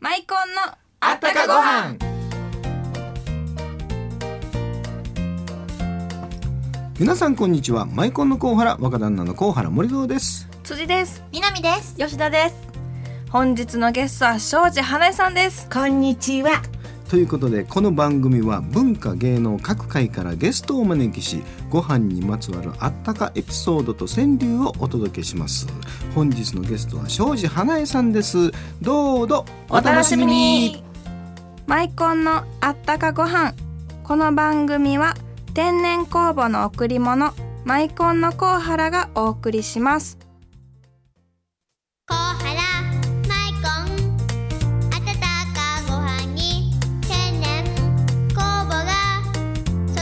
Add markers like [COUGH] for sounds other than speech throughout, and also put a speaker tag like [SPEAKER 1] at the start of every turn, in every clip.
[SPEAKER 1] 大根の
[SPEAKER 2] あったかご飯
[SPEAKER 3] 皆さんこんにちはマイコンのコウハラ若旦那のコウハラ森蔵です
[SPEAKER 1] 辻です
[SPEAKER 2] 南です
[SPEAKER 1] 吉田です本日のゲストは庄司花江さんです
[SPEAKER 4] こんにちは。
[SPEAKER 3] ということでこの番組は文化芸能各界からゲストをお招きしご飯にまつわるあったかエピソードと川柳をお届けします本日のゲストは庄司花江さんですどうぞ
[SPEAKER 1] お楽しみにマイコンのあったかご飯この番組は天然酵母の贈り物マイコンのコウハラがお送りします
[SPEAKER 2] コウハラマイコン温かご飯に天然酵母が育て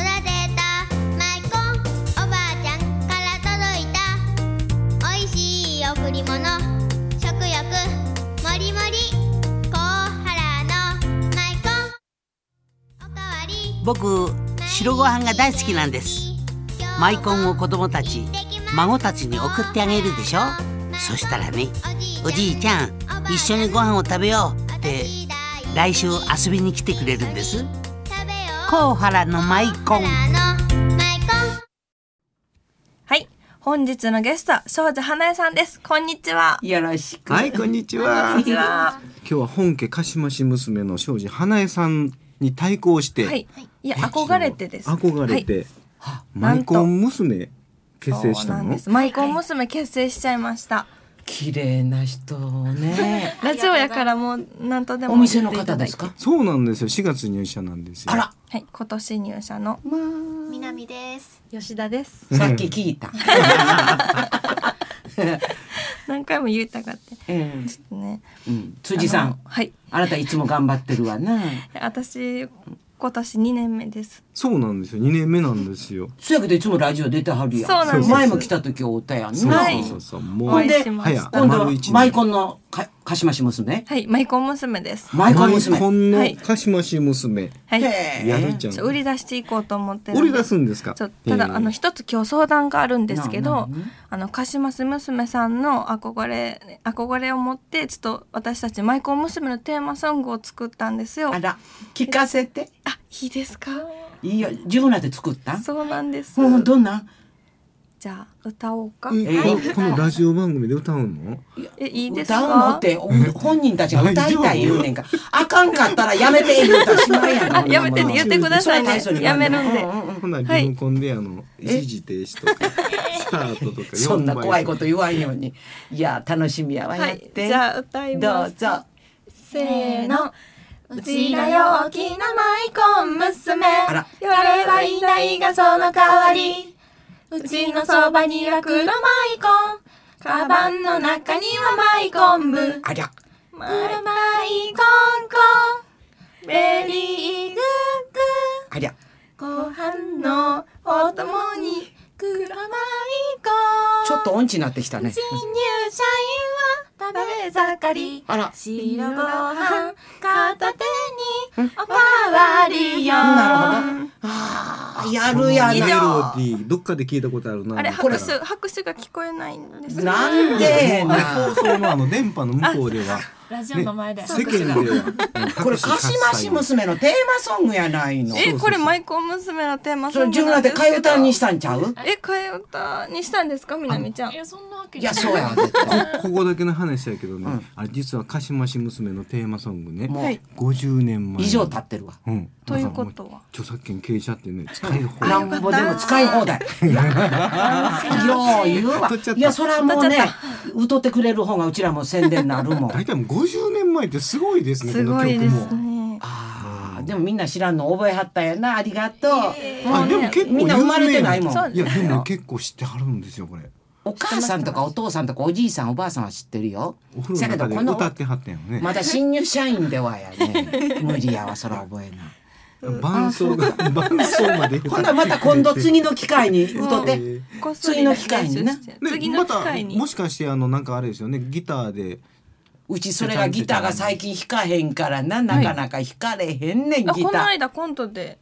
[SPEAKER 2] たマイコンおばあちゃんから届いた美味しい贈り物食欲もりもりコウハラのマイコンおかわり
[SPEAKER 5] 僕白ご飯が大好きなんですマイコンを子供たち孫たちに送ってあげるでしょそしたらねおじいちゃん一緒にご飯を食べようって来週遊びに来てくれるんです甲原のマイコン
[SPEAKER 1] はい本日のゲストは庄司花江さんですこんにちは
[SPEAKER 4] よろしく。
[SPEAKER 3] はいこんにちは
[SPEAKER 1] こんにち [LAUGHS] は
[SPEAKER 3] 今日は本家鹿島市娘の庄司花江さんに対抗して、
[SPEAKER 1] はいいや憧れてです
[SPEAKER 3] 憧れて、マイコン娘結
[SPEAKER 1] はい
[SPEAKER 3] 成した
[SPEAKER 1] そうなん
[SPEAKER 3] の
[SPEAKER 1] ですマイコン娘結成しちゃいました
[SPEAKER 4] 綺麗な人 [LAUGHS] ね。
[SPEAKER 1] ラジオやからもう何とでも
[SPEAKER 4] お店の方です
[SPEAKER 1] 言っ
[SPEAKER 4] か。
[SPEAKER 3] そうなんですよ4月入社なんですよ
[SPEAKER 4] あら、
[SPEAKER 1] ていただいてはい今年入社の
[SPEAKER 2] 南です
[SPEAKER 1] 吉田です
[SPEAKER 3] うん
[SPEAKER 4] さっき聞いた。
[SPEAKER 1] 何回も言いたかって
[SPEAKER 4] うん
[SPEAKER 1] ね
[SPEAKER 4] うん、辻さ
[SPEAKER 1] あの
[SPEAKER 4] ん、
[SPEAKER 1] はい
[SPEAKER 4] あなたいつも頑張ってるわな。
[SPEAKER 1] 私今年2年目です
[SPEAKER 3] そうなんですよ2年目なんですよ
[SPEAKER 4] そやけどいつもラジオ出てはるやん。
[SPEAKER 1] そうなんです
[SPEAKER 4] 前も来た時おったやん
[SPEAKER 3] そう
[SPEAKER 4] な。
[SPEAKER 1] はい
[SPEAKER 3] そうそうそうも
[SPEAKER 1] お
[SPEAKER 3] う
[SPEAKER 1] 会いしまし
[SPEAKER 3] ほん
[SPEAKER 1] た
[SPEAKER 3] で
[SPEAKER 4] 今度
[SPEAKER 3] 丸
[SPEAKER 4] は
[SPEAKER 3] 一年
[SPEAKER 4] マイコンのか鹿島市娘。
[SPEAKER 1] はいマイコン娘です
[SPEAKER 4] マイコン娘。
[SPEAKER 3] マイコン
[SPEAKER 1] は
[SPEAKER 3] の
[SPEAKER 1] い
[SPEAKER 3] かしまし娘、
[SPEAKER 1] はい
[SPEAKER 4] へえ
[SPEAKER 3] やるじゃ
[SPEAKER 1] ちょ売
[SPEAKER 3] ん
[SPEAKER 1] り出していこうと思ってる
[SPEAKER 3] 売
[SPEAKER 1] んで
[SPEAKER 3] り出すんですか
[SPEAKER 1] そうただ、
[SPEAKER 3] えー
[SPEAKER 1] あの一つ今日相談があるんですけ
[SPEAKER 4] な
[SPEAKER 1] ど
[SPEAKER 4] あなあな
[SPEAKER 1] あのカシマス娘さんの憧れ憧れを持ってちょっと私たちマイコン娘のテーマソングを作ったんですよ
[SPEAKER 4] あ
[SPEAKER 1] あ
[SPEAKER 4] ら、聞かせて。
[SPEAKER 1] いいですか
[SPEAKER 4] いいよ、自分らで作った。
[SPEAKER 1] そうなんです
[SPEAKER 4] うん、どんな。
[SPEAKER 1] じゃあ歌おうか
[SPEAKER 3] え
[SPEAKER 4] え
[SPEAKER 3] ここのラジオ番組で歌うの
[SPEAKER 1] えいいです
[SPEAKER 4] 歌うの
[SPEAKER 1] か
[SPEAKER 4] ってお本人たちが歌いたい言うねんかあかんかったらやめて言うたらしまいやん
[SPEAKER 1] あやめてって言ってくださいね
[SPEAKER 4] それは大層に
[SPEAKER 1] やめるんで
[SPEAKER 3] ほな
[SPEAKER 1] はい
[SPEAKER 3] リモコンであの一時停止とかスタートとか
[SPEAKER 4] そんな
[SPEAKER 3] 四倍
[SPEAKER 4] 怖いこと言わんよう [LAUGHS] にいや楽しみやわ
[SPEAKER 1] は
[SPEAKER 4] やっ
[SPEAKER 1] い
[SPEAKER 4] て、
[SPEAKER 1] じゃあ歌い
[SPEAKER 4] ど
[SPEAKER 1] ま
[SPEAKER 4] う
[SPEAKER 1] す
[SPEAKER 4] ぞ
[SPEAKER 1] せーのうちが陽気なマイコン娘
[SPEAKER 4] あら
[SPEAKER 1] 彼はいないがその代わりうちのそばには黒マイコンカバンの中にはマイコン部
[SPEAKER 4] ありゃ
[SPEAKER 1] マイコンコンベリーグー
[SPEAKER 4] ありゃ
[SPEAKER 1] グーご飯のお供に黒マイコン
[SPEAKER 4] ちょっと音痴になってきたね
[SPEAKER 1] 新入社員は食べ盛り
[SPEAKER 4] あら
[SPEAKER 1] 白ご飯片手におかわりよ
[SPEAKER 4] な
[SPEAKER 1] るほ
[SPEAKER 4] あーやるや
[SPEAKER 3] メロデ
[SPEAKER 4] な
[SPEAKER 3] ィーどっかで聞いたことあるな
[SPEAKER 1] あれ拍
[SPEAKER 3] これ
[SPEAKER 1] 手拍手が聞こえないんです
[SPEAKER 4] なんで
[SPEAKER 3] 放
[SPEAKER 4] な
[SPEAKER 3] 送のあの電波の向こうでは
[SPEAKER 6] ラジオの前で。
[SPEAKER 3] 世間では
[SPEAKER 4] これ鹿島市娘のテーマソングやないの
[SPEAKER 3] そう
[SPEAKER 1] え
[SPEAKER 3] そう
[SPEAKER 1] これマイコン娘のテーマ
[SPEAKER 4] それ
[SPEAKER 1] ソン
[SPEAKER 4] 自
[SPEAKER 1] グ
[SPEAKER 4] 分
[SPEAKER 1] なん
[SPEAKER 4] ら
[SPEAKER 1] で
[SPEAKER 4] です替え
[SPEAKER 1] けど
[SPEAKER 4] 歌にしたんちゃう
[SPEAKER 1] え替え歌にしたんですかみなみちゃん
[SPEAKER 6] いや、そんなわけ
[SPEAKER 4] い
[SPEAKER 6] じゃ
[SPEAKER 4] や
[SPEAKER 6] ない。
[SPEAKER 4] そうやわ絶対
[SPEAKER 3] ここだけの話やけどね、
[SPEAKER 4] うん
[SPEAKER 3] あれ実は鹿島市娘のテーマソングね、
[SPEAKER 4] もう
[SPEAKER 3] 50年前
[SPEAKER 4] 以上経ってるわ
[SPEAKER 3] うん、
[SPEAKER 1] ということは
[SPEAKER 3] 著作権消えちゃってね使い放題
[SPEAKER 4] なんぼでも使い放題。よう言うわ
[SPEAKER 3] 歌っちゃっ。た
[SPEAKER 4] いや、そらもうね、歌ってくれる方がうちらも宣伝になるもん。
[SPEAKER 3] 大体もう50年前ってすごいですね
[SPEAKER 1] すごい
[SPEAKER 3] こ
[SPEAKER 1] で
[SPEAKER 3] の
[SPEAKER 1] す
[SPEAKER 3] 曲も
[SPEAKER 1] ね
[SPEAKER 4] あーでもみんな知らんの覚えはったやな。ありがとう。
[SPEAKER 3] あでも結構有名
[SPEAKER 4] みんな生まれてないもん
[SPEAKER 1] そう
[SPEAKER 3] いやでも結構知ってはるんですよこれ
[SPEAKER 4] お母さんとかお父さんとかおじいさんおばあさんは知ってるよ
[SPEAKER 3] お。風呂の中で
[SPEAKER 4] せやけど
[SPEAKER 3] 歌ってはったんよね、
[SPEAKER 4] まだ新入社員ではやね。
[SPEAKER 1] [LAUGHS]
[SPEAKER 4] 無理やわ、そら覚えない。
[SPEAKER 3] 伴奏が [LAUGHS] 伴奏まで
[SPEAKER 4] ほんならまた今度次の機会に歌って。
[SPEAKER 3] ね
[SPEAKER 1] こっそり
[SPEAKER 4] 次の機会にな
[SPEAKER 1] 練習して次の
[SPEAKER 3] ま
[SPEAKER 1] 機
[SPEAKER 3] た
[SPEAKER 1] 会に
[SPEAKER 3] もしかしてあのなんかあれですよねギターで
[SPEAKER 4] うちそれがギターが最近弾かへんからな、なかなか弾かれへんねん、ギ
[SPEAKER 1] あ
[SPEAKER 4] タ
[SPEAKER 1] こ
[SPEAKER 4] ー。
[SPEAKER 1] の間コントで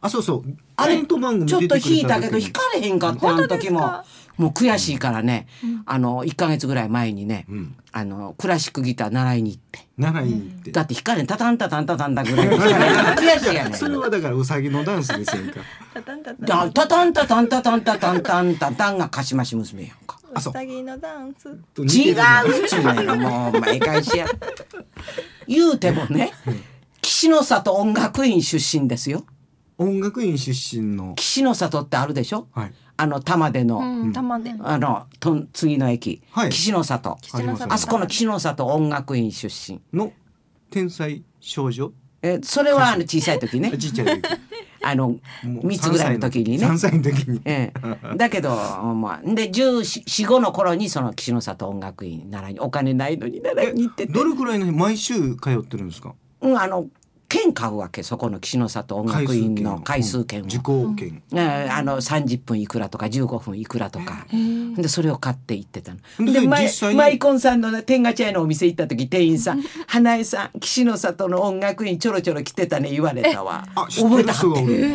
[SPEAKER 3] あそうそう
[SPEAKER 4] あれ
[SPEAKER 3] コント番組
[SPEAKER 4] ちょっ
[SPEAKER 3] 出
[SPEAKER 4] と
[SPEAKER 3] てく
[SPEAKER 4] 引
[SPEAKER 3] れ
[SPEAKER 4] い
[SPEAKER 3] た
[SPEAKER 4] た
[SPEAKER 3] 時
[SPEAKER 4] け
[SPEAKER 3] に
[SPEAKER 4] ど引かれへんかったあの時も
[SPEAKER 1] 本
[SPEAKER 4] もう悔しいからね、あの1か月ぐらい前にね、
[SPEAKER 3] うん
[SPEAKER 4] あのクラシックギター習いに行って
[SPEAKER 3] 習いに行って
[SPEAKER 4] だって光にタタンタタンタタンタンぐらいの弾かれるの悔しいやねん
[SPEAKER 3] それはだからウサギのダンスですやん
[SPEAKER 4] [LAUGHS]
[SPEAKER 3] か
[SPEAKER 6] タタンタタン
[SPEAKER 4] だタタンタタンタタンタタンタンタンタンがかしまし娘やんか
[SPEAKER 3] あ
[SPEAKER 6] ウ
[SPEAKER 3] そう
[SPEAKER 6] サギのダンス
[SPEAKER 4] 違うっちゅうねんなもう毎回しや言うてもね岸の里音楽院出身ですよ
[SPEAKER 3] 音楽院出身の
[SPEAKER 4] 岸の里ってあるでしょ
[SPEAKER 3] はい
[SPEAKER 4] あの玉での、
[SPEAKER 6] 玉で
[SPEAKER 4] あのとん次の駅、
[SPEAKER 3] はい
[SPEAKER 4] 岸の里
[SPEAKER 3] あります
[SPEAKER 4] あそこの岸の里音楽院出身
[SPEAKER 3] の天才少女
[SPEAKER 4] えそれはあの小さい時 [LAUGHS] ね
[SPEAKER 3] あちっちゃい時
[SPEAKER 4] あの3つぐらいの時にね
[SPEAKER 3] 3歳の時に
[SPEAKER 4] え [LAUGHS] え、だけど、まあ、で1415の頃にその岸の里音楽院習いにお金ないのに習いに行ってて、
[SPEAKER 3] どれくらいの毎週通ってるんですか
[SPEAKER 4] うん、あの券買うわけそこの岸の里音楽院の回数券を、
[SPEAKER 3] 受講券
[SPEAKER 4] ええあの30分いくらとか15分いくらとか、でそれを買って行ってたの。
[SPEAKER 3] で
[SPEAKER 4] でマイ
[SPEAKER 3] 実際に
[SPEAKER 4] マイコンさんのね天下茶屋のお店行った時店員さん「花江さん岸の里の音楽院ちょろちょろ来てたね」言われたわ
[SPEAKER 3] あ知って
[SPEAKER 4] 覚え
[SPEAKER 3] る
[SPEAKER 4] て
[SPEAKER 3] 人
[SPEAKER 4] はっ
[SPEAKER 3] がお
[SPEAKER 4] て
[SPEAKER 3] る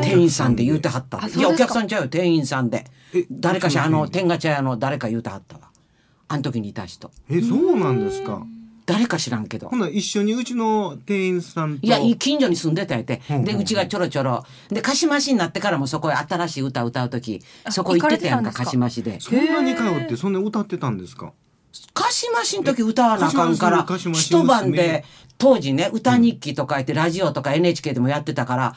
[SPEAKER 4] 店員さんで言うてはったわいやお客さんちゃうよ店員さんで
[SPEAKER 3] え
[SPEAKER 4] 誰かしらあの
[SPEAKER 3] どっち
[SPEAKER 4] 天下茶屋の誰か言うてはったわあの時にいた人
[SPEAKER 3] えそうなんですか
[SPEAKER 4] 誰か知らんけど
[SPEAKER 3] ほな一緒にうちの店員さんと
[SPEAKER 4] いや近所に住んでたんやって
[SPEAKER 3] うんうん
[SPEAKER 4] でうちがちょろちょろで貸し増しになってからもそこへ新しい歌歌う時そこ行ってたやんか
[SPEAKER 6] 行かれ
[SPEAKER 4] 貸
[SPEAKER 6] て
[SPEAKER 4] した
[SPEAKER 6] ん
[SPEAKER 4] 増しで
[SPEAKER 3] そんなに通ってそんな歌ってたんですか
[SPEAKER 4] 貸し増しの時歌わなあかんから
[SPEAKER 3] 貸し増し
[SPEAKER 4] 一晩で当時ね歌日記とか言ってラジオとか NHK でもやってたから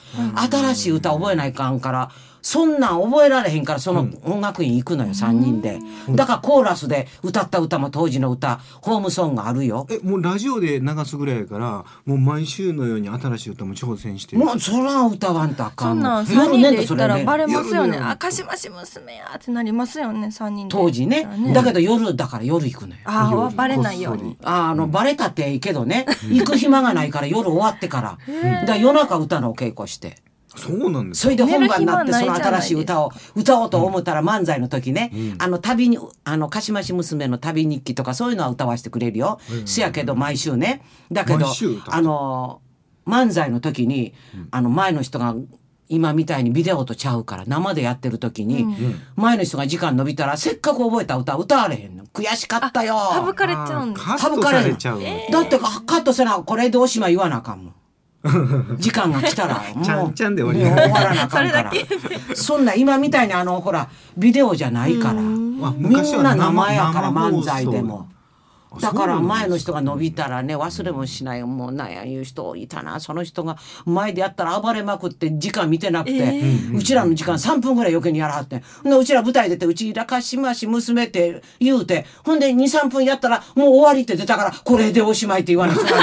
[SPEAKER 4] 新しい歌覚えないかんからそんなん覚えられへんからその音楽院行くのよ3人でだからコーラスで歌った歌も当時の歌ホームソングあるよ
[SPEAKER 3] えもうラジオで流すぐらいやからもう毎週のように新しい歌も挑戦して
[SPEAKER 4] もうそら歌わんとあか
[SPEAKER 6] そ
[SPEAKER 4] ん
[SPEAKER 6] んなん
[SPEAKER 4] の
[SPEAKER 6] 三人で行った
[SPEAKER 4] 何年とそれ
[SPEAKER 6] ら
[SPEAKER 4] ね
[SPEAKER 6] バレますよね
[SPEAKER 3] 夜ね
[SPEAKER 6] あかしまし娘やってなりますよね三人で
[SPEAKER 4] 当時ねだけど夜だから夜行くのよ
[SPEAKER 6] ああバレないよう
[SPEAKER 3] こっ
[SPEAKER 6] に
[SPEAKER 4] ああの、バレたっていいけどね、行く暇がないから夜終わってから、だから夜中歌のお稽古して。
[SPEAKER 3] そうなんです
[SPEAKER 4] それで本番になって
[SPEAKER 6] 寝る
[SPEAKER 4] その
[SPEAKER 6] 暇ないじゃな
[SPEAKER 4] 新
[SPEAKER 6] いですか
[SPEAKER 4] しい歌を歌おうと思ったら漫才の時ね、あの旅にあのかしまし娘の旅日記とかそういうのは歌わせてくれるよ、せやけど毎週ねだけど
[SPEAKER 3] 毎週歌って
[SPEAKER 4] あの漫才の時に、あの前の人が今みたいにビデオとちゃうから生でやってる時に、前の人が時間伸びたらせっかく覚えた歌歌われへんの悔しかったよ
[SPEAKER 6] 省かれちゃうんです
[SPEAKER 3] カットされちゃう
[SPEAKER 4] だってカットせなこれでおしまい言わなあかん
[SPEAKER 3] [LAUGHS]
[SPEAKER 4] もん時間が来たらもう
[SPEAKER 3] ちゃんちゃんで終わり
[SPEAKER 4] もう終わらなあかんからそんな今みたいにあのほらビデオじゃないからみ
[SPEAKER 3] あ昔は
[SPEAKER 4] んな名前やから
[SPEAKER 3] 生
[SPEAKER 4] 漫才で
[SPEAKER 3] 放送
[SPEAKER 4] もだから前の
[SPEAKER 3] あそう
[SPEAKER 4] 人が伸びたらね忘れもしないもうなんやいう人いたなその人が前でやったら暴れまくって時間見てなくて、うちらの時間3分ぐらい余計にやらはってほんでうちら舞台出てうちらかしまし娘って言うてほんで23分やったらもう終わりって出たからこれでおしまいって言わなくて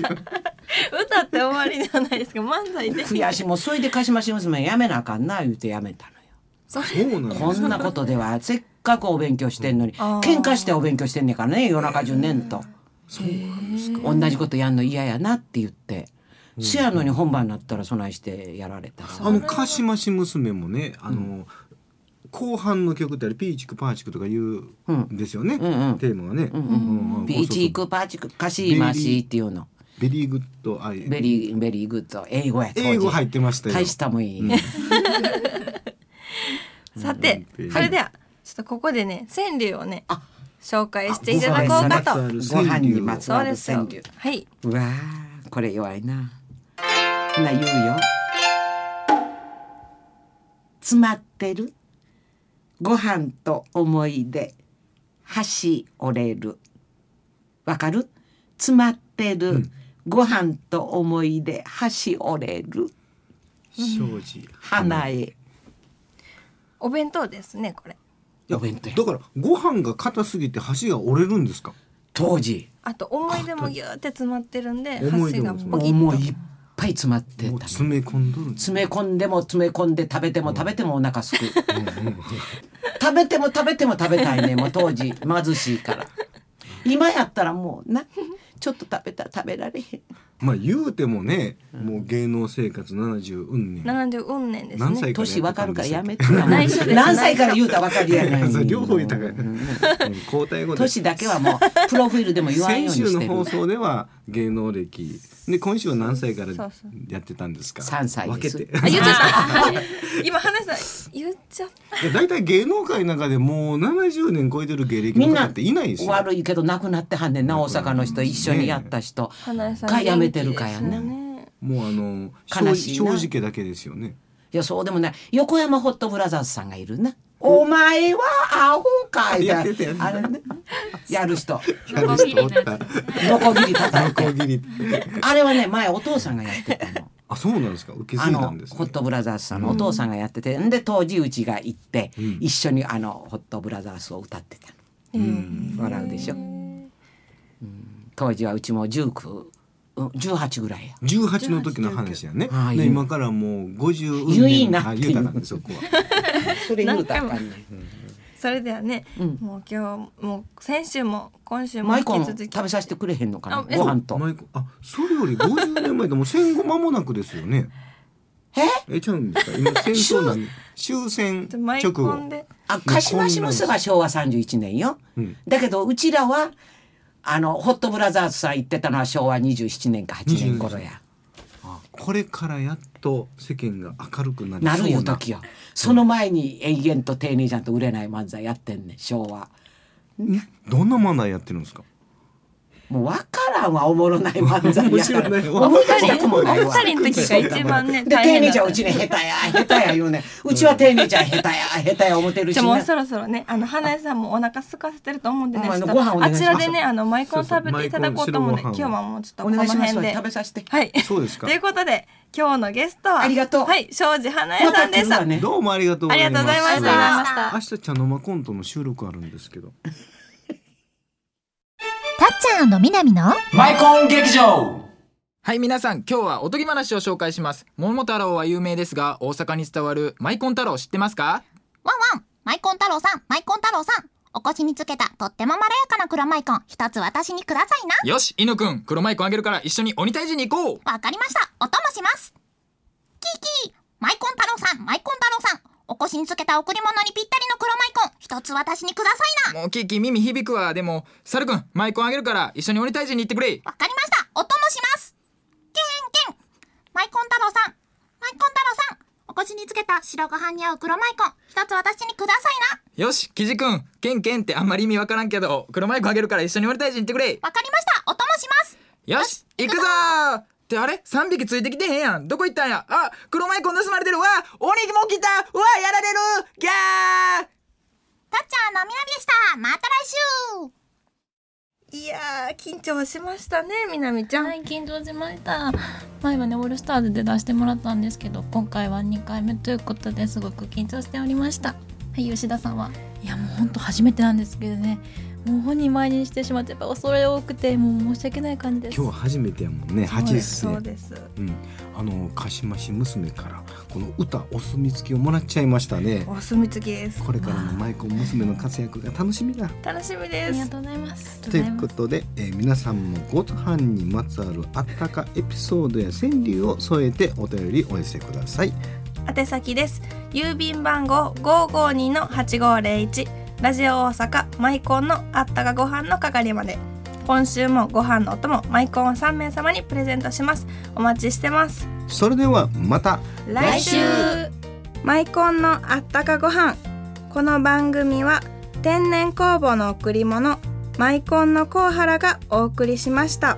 [SPEAKER 6] 歌って終わりじゃないですか漫才で
[SPEAKER 4] 悔しいもうそれでかしまし娘やめなあかんな言うてやめたのよ。
[SPEAKER 3] そうなんです
[SPEAKER 4] こんなことではせっかくお勉強してんのに喧嘩してお勉強してんねんからね夜中中年と同じことやんの嫌やなって言って、せやのに本番になったらそないしてやられた
[SPEAKER 3] あのかしまし娘もねあの、後半の曲ってあれピーチクパーチクとか言うんですよね、
[SPEAKER 4] んうん
[SPEAKER 3] テーマはね、うんうん
[SPEAKER 4] ビーチークパーチクカシーマシーっていうの
[SPEAKER 3] ベリーグッドアイ
[SPEAKER 4] ベリーベリーグッド英語や当時
[SPEAKER 3] 英語入ってましたよ
[SPEAKER 4] 大したもんいい、
[SPEAKER 6] [LAUGHS] さて
[SPEAKER 3] うん
[SPEAKER 6] それではちょっとここでね川柳をね
[SPEAKER 4] あ
[SPEAKER 6] 紹介していただこうかと
[SPEAKER 4] ご飯にまつ
[SPEAKER 6] そ
[SPEAKER 4] わ
[SPEAKER 6] う
[SPEAKER 4] る
[SPEAKER 6] ですよ
[SPEAKER 4] 川柳
[SPEAKER 6] はい。
[SPEAKER 4] うわあこれ弱いなな言うよ詰まってるご飯と思い出箸折れるわかる詰まってる、ご飯と思い出箸折れる
[SPEAKER 3] 庄司
[SPEAKER 4] 花へ
[SPEAKER 6] お弁当ですね、これ。
[SPEAKER 3] いや
[SPEAKER 4] お弁当や
[SPEAKER 3] だからご飯が硬すぎて箸が折れるんですか
[SPEAKER 4] 当時
[SPEAKER 6] あと思い出もぎゅーって詰まってるんで、
[SPEAKER 3] 思い出
[SPEAKER 6] 箸が
[SPEAKER 3] も
[SPEAKER 6] ポキッ
[SPEAKER 4] 思
[SPEAKER 6] と。
[SPEAKER 4] いいっぱい詰まって
[SPEAKER 3] もう
[SPEAKER 4] た
[SPEAKER 3] 詰め込んどるんです
[SPEAKER 4] 詰め込んでも詰め込んで食べても食べてもお腹すく食べても食べても食べたいねもう当時貧しいから今やったらもうなちょっと食べたら食べられへん
[SPEAKER 3] まあ言うてもね、もう芸能生活70運年。
[SPEAKER 6] 七十運年です
[SPEAKER 3] 何歳
[SPEAKER 6] ね。
[SPEAKER 4] 年わかるからやめて
[SPEAKER 6] [LAUGHS] 内緒です
[SPEAKER 4] 何歳から言うたらわかるやな
[SPEAKER 3] [LAUGHS]
[SPEAKER 4] い
[SPEAKER 3] そう両方言ったからうん交代後で
[SPEAKER 4] 年だけはもうプロフィールでも言わん
[SPEAKER 3] 先
[SPEAKER 4] ように
[SPEAKER 3] 週
[SPEAKER 4] し
[SPEAKER 3] の
[SPEAKER 4] て
[SPEAKER 3] 放
[SPEAKER 4] る
[SPEAKER 3] 送では芸能歴で今週は何歳から
[SPEAKER 6] そうそう
[SPEAKER 3] やってたんですか
[SPEAKER 4] 三歳です
[SPEAKER 3] 分けて
[SPEAKER 6] あ言っちゃった。今話した言っちゃった。
[SPEAKER 3] [LAUGHS] いや大体芸能界の中でもう70年超えてる芸歴
[SPEAKER 4] みん
[SPEAKER 3] の方
[SPEAKER 4] な
[SPEAKER 3] っていないですよ
[SPEAKER 4] 悪いけど亡くなってはんねんな大阪の人一緒にやった人
[SPEAKER 6] 花江さん
[SPEAKER 4] がやめてるかやんな
[SPEAKER 6] 元気ですよね
[SPEAKER 3] もうあの
[SPEAKER 4] 悲
[SPEAKER 3] 正
[SPEAKER 4] しいな
[SPEAKER 3] 正直だけですよね
[SPEAKER 4] いやそうでもない横山ホットブラザーズさんがいるなお前はアホかい
[SPEAKER 3] や
[SPEAKER 4] な
[SPEAKER 3] ってたよね
[SPEAKER 4] あれねやる人
[SPEAKER 3] ある人おった
[SPEAKER 4] ノコギリ叩いて
[SPEAKER 3] 横切り
[SPEAKER 4] あれはね前お父さんがやってたの
[SPEAKER 3] あそうなんですか受け継
[SPEAKER 4] あ
[SPEAKER 3] い
[SPEAKER 4] の
[SPEAKER 3] だんですね
[SPEAKER 4] ホットブラザーズさんのお父さんがやってて、ん、で当時うちが行って、一緒にあのホットブラザーズを歌ってたの、笑うでしょ、うん、当時はうちも19うん18ぐらいや
[SPEAKER 3] 18の時の話やね
[SPEAKER 4] はい
[SPEAKER 3] で今からもう50
[SPEAKER 4] ゆいな
[SPEAKER 3] あ言うたからねそこは
[SPEAKER 4] それ言うたらあかんねん
[SPEAKER 6] それではね、
[SPEAKER 4] うん
[SPEAKER 6] もう今日もう先週も今週も
[SPEAKER 4] マイ
[SPEAKER 6] 引
[SPEAKER 4] コ
[SPEAKER 6] き
[SPEAKER 4] ン
[SPEAKER 6] 続き
[SPEAKER 4] 食べさせてくれへんのかな
[SPEAKER 6] あえ
[SPEAKER 4] ご飯と
[SPEAKER 3] マイクあそれより50年前でもう戦後間もなくですよね
[SPEAKER 4] え
[SPEAKER 3] えちゃうんですか今戦争なん終戦
[SPEAKER 6] マイ
[SPEAKER 3] 直
[SPEAKER 6] コ
[SPEAKER 3] 後
[SPEAKER 6] ンで
[SPEAKER 4] あ鹿島市の巣は昭和31年よ、
[SPEAKER 3] うん
[SPEAKER 4] だけどうちらはあのホットブラザーズさん行ってたのは昭和27年か8年頃や
[SPEAKER 3] これからやっと世間が明るくなり
[SPEAKER 4] な
[SPEAKER 3] そうな
[SPEAKER 4] るよ時よその前に永遠と丁寧じゃんと売れない漫才やってんねん昭和
[SPEAKER 3] どんな漫才やってるんですか
[SPEAKER 4] もう分からんわおもろない漫才やから
[SPEAKER 3] 面白いね
[SPEAKER 4] 思い出したくも
[SPEAKER 6] お
[SPEAKER 4] ないわ
[SPEAKER 6] 二人の時が一番ね
[SPEAKER 4] で
[SPEAKER 6] 大
[SPEAKER 4] 丁
[SPEAKER 6] 変だ
[SPEAKER 4] 寧
[SPEAKER 6] っ
[SPEAKER 4] じゃんう
[SPEAKER 6] た
[SPEAKER 4] ちね下手や下手や言うねうちは丁寧じゃん下手や下手や思ってるし
[SPEAKER 6] じゃ
[SPEAKER 4] な
[SPEAKER 6] あもうそろそろねあの花江さんもお腹空かせてると思うんでね
[SPEAKER 4] ほんま
[SPEAKER 6] ちょ
[SPEAKER 4] にご
[SPEAKER 6] っと
[SPEAKER 4] 飯お願
[SPEAKER 6] あ
[SPEAKER 4] いし
[SPEAKER 6] ち
[SPEAKER 4] ます
[SPEAKER 6] らでねあのマイコン食べていただこうと思うんで
[SPEAKER 3] そうそう
[SPEAKER 6] 今日はもうちょっと
[SPEAKER 4] お
[SPEAKER 6] この
[SPEAKER 4] 願いします
[SPEAKER 6] 辺で
[SPEAKER 4] 食べさせて
[SPEAKER 6] はい
[SPEAKER 3] そうですか
[SPEAKER 6] ということで今日のゲストは
[SPEAKER 4] ありがとう
[SPEAKER 6] はい庄司花江
[SPEAKER 4] ま
[SPEAKER 6] さ
[SPEAKER 4] た
[SPEAKER 6] ん
[SPEAKER 4] 来
[SPEAKER 6] で
[SPEAKER 4] る
[SPEAKER 6] した
[SPEAKER 4] わね
[SPEAKER 3] どうもありがとうご
[SPEAKER 6] あ
[SPEAKER 3] ざ
[SPEAKER 6] り
[SPEAKER 3] い
[SPEAKER 6] が
[SPEAKER 3] ま
[SPEAKER 6] とう
[SPEAKER 3] す
[SPEAKER 6] ございまし
[SPEAKER 2] ざいました
[SPEAKER 3] 明日茶の間コントの収録あるんですけど
[SPEAKER 2] たっちゃんのみなみの
[SPEAKER 7] マイコン劇場
[SPEAKER 8] はい、皆さん、今日はおとぎ話を紹介します。桃太郎は有名ですが、大阪に伝わるマイコン太郎知ってますか
[SPEAKER 2] ワンワンマイコン太郎さんマイコン太郎さんお越しにつけたとってもまろやかな黒マイコン一つ私にください
[SPEAKER 8] よし、犬くん、黒マイコンあげるから一緒に鬼退治に行こう
[SPEAKER 2] なわかりましたお供しますキーキーマイコン太郎さんマイコン太郎さんお越しにつけた贈り物にぴったりの黒マイコン一つ私にくださいな
[SPEAKER 8] もうキーキー耳響くわ。でも、猿くん、マイコンあげるから一緒に鬼退治に行ってくれ
[SPEAKER 2] わかりましたお供しますけんけんマイコン太郎さんマイコン太郎さんお越しにつけた白ご飯に合う黒マイコン一つ私にくださいな
[SPEAKER 8] よし、キジくん、ケンケンってあんまり意味わからんけど、黒マイコンあげるから一緒に鬼退治に行ってくれ
[SPEAKER 2] わかりましたお供します
[SPEAKER 8] よし、行くぞーってあれ ?3 匹ついてきてへんやん。どこ行ったんやあ、黒マイコン盗まれてるわ鬼も来たうわやられるギャー
[SPEAKER 2] たっちゃんのみなみでしたまた来週
[SPEAKER 6] いやー緊張しましたねみなみちゃん、
[SPEAKER 9] はい、緊張しました。前はね、オールスターズで出してもらったんですけど、今回は2回目ということですごく緊張しておりました。はい、吉田さんは。いや、もう本当初めてなんですけどね。もう本人前にしてしまって、やっぱ恐れ多くて、もう申し訳ない感じです。
[SPEAKER 3] 今日は初めてやもんね
[SPEAKER 9] そう
[SPEAKER 3] 8
[SPEAKER 9] です
[SPEAKER 3] 時です
[SPEAKER 6] そう
[SPEAKER 3] ね
[SPEAKER 6] です
[SPEAKER 3] うん、あの鹿島市娘からこの歌お墨付きをもらっちゃいましたね
[SPEAKER 6] お墨付きです
[SPEAKER 3] これからのマイコン娘の活躍が楽しみだ
[SPEAKER 6] 楽しみ
[SPEAKER 9] あ
[SPEAKER 6] で
[SPEAKER 9] りが
[SPEAKER 6] す
[SPEAKER 9] とうございます。
[SPEAKER 3] ということで、えー皆さんもご飯にまつわるあったかエピソードや川柳を添えてお便りお寄せください
[SPEAKER 6] 宛先です郵便番号552-8501ラジオ大阪マイコンのあったかご飯の係まで今週もご飯のお供マイコンを3名様にプレゼントしますお待ちしてます
[SPEAKER 3] それではまた
[SPEAKER 6] 来週マイコンのあったかご飯この番組は天然酵母の贈り物マイコンのコウハラがお送りしました。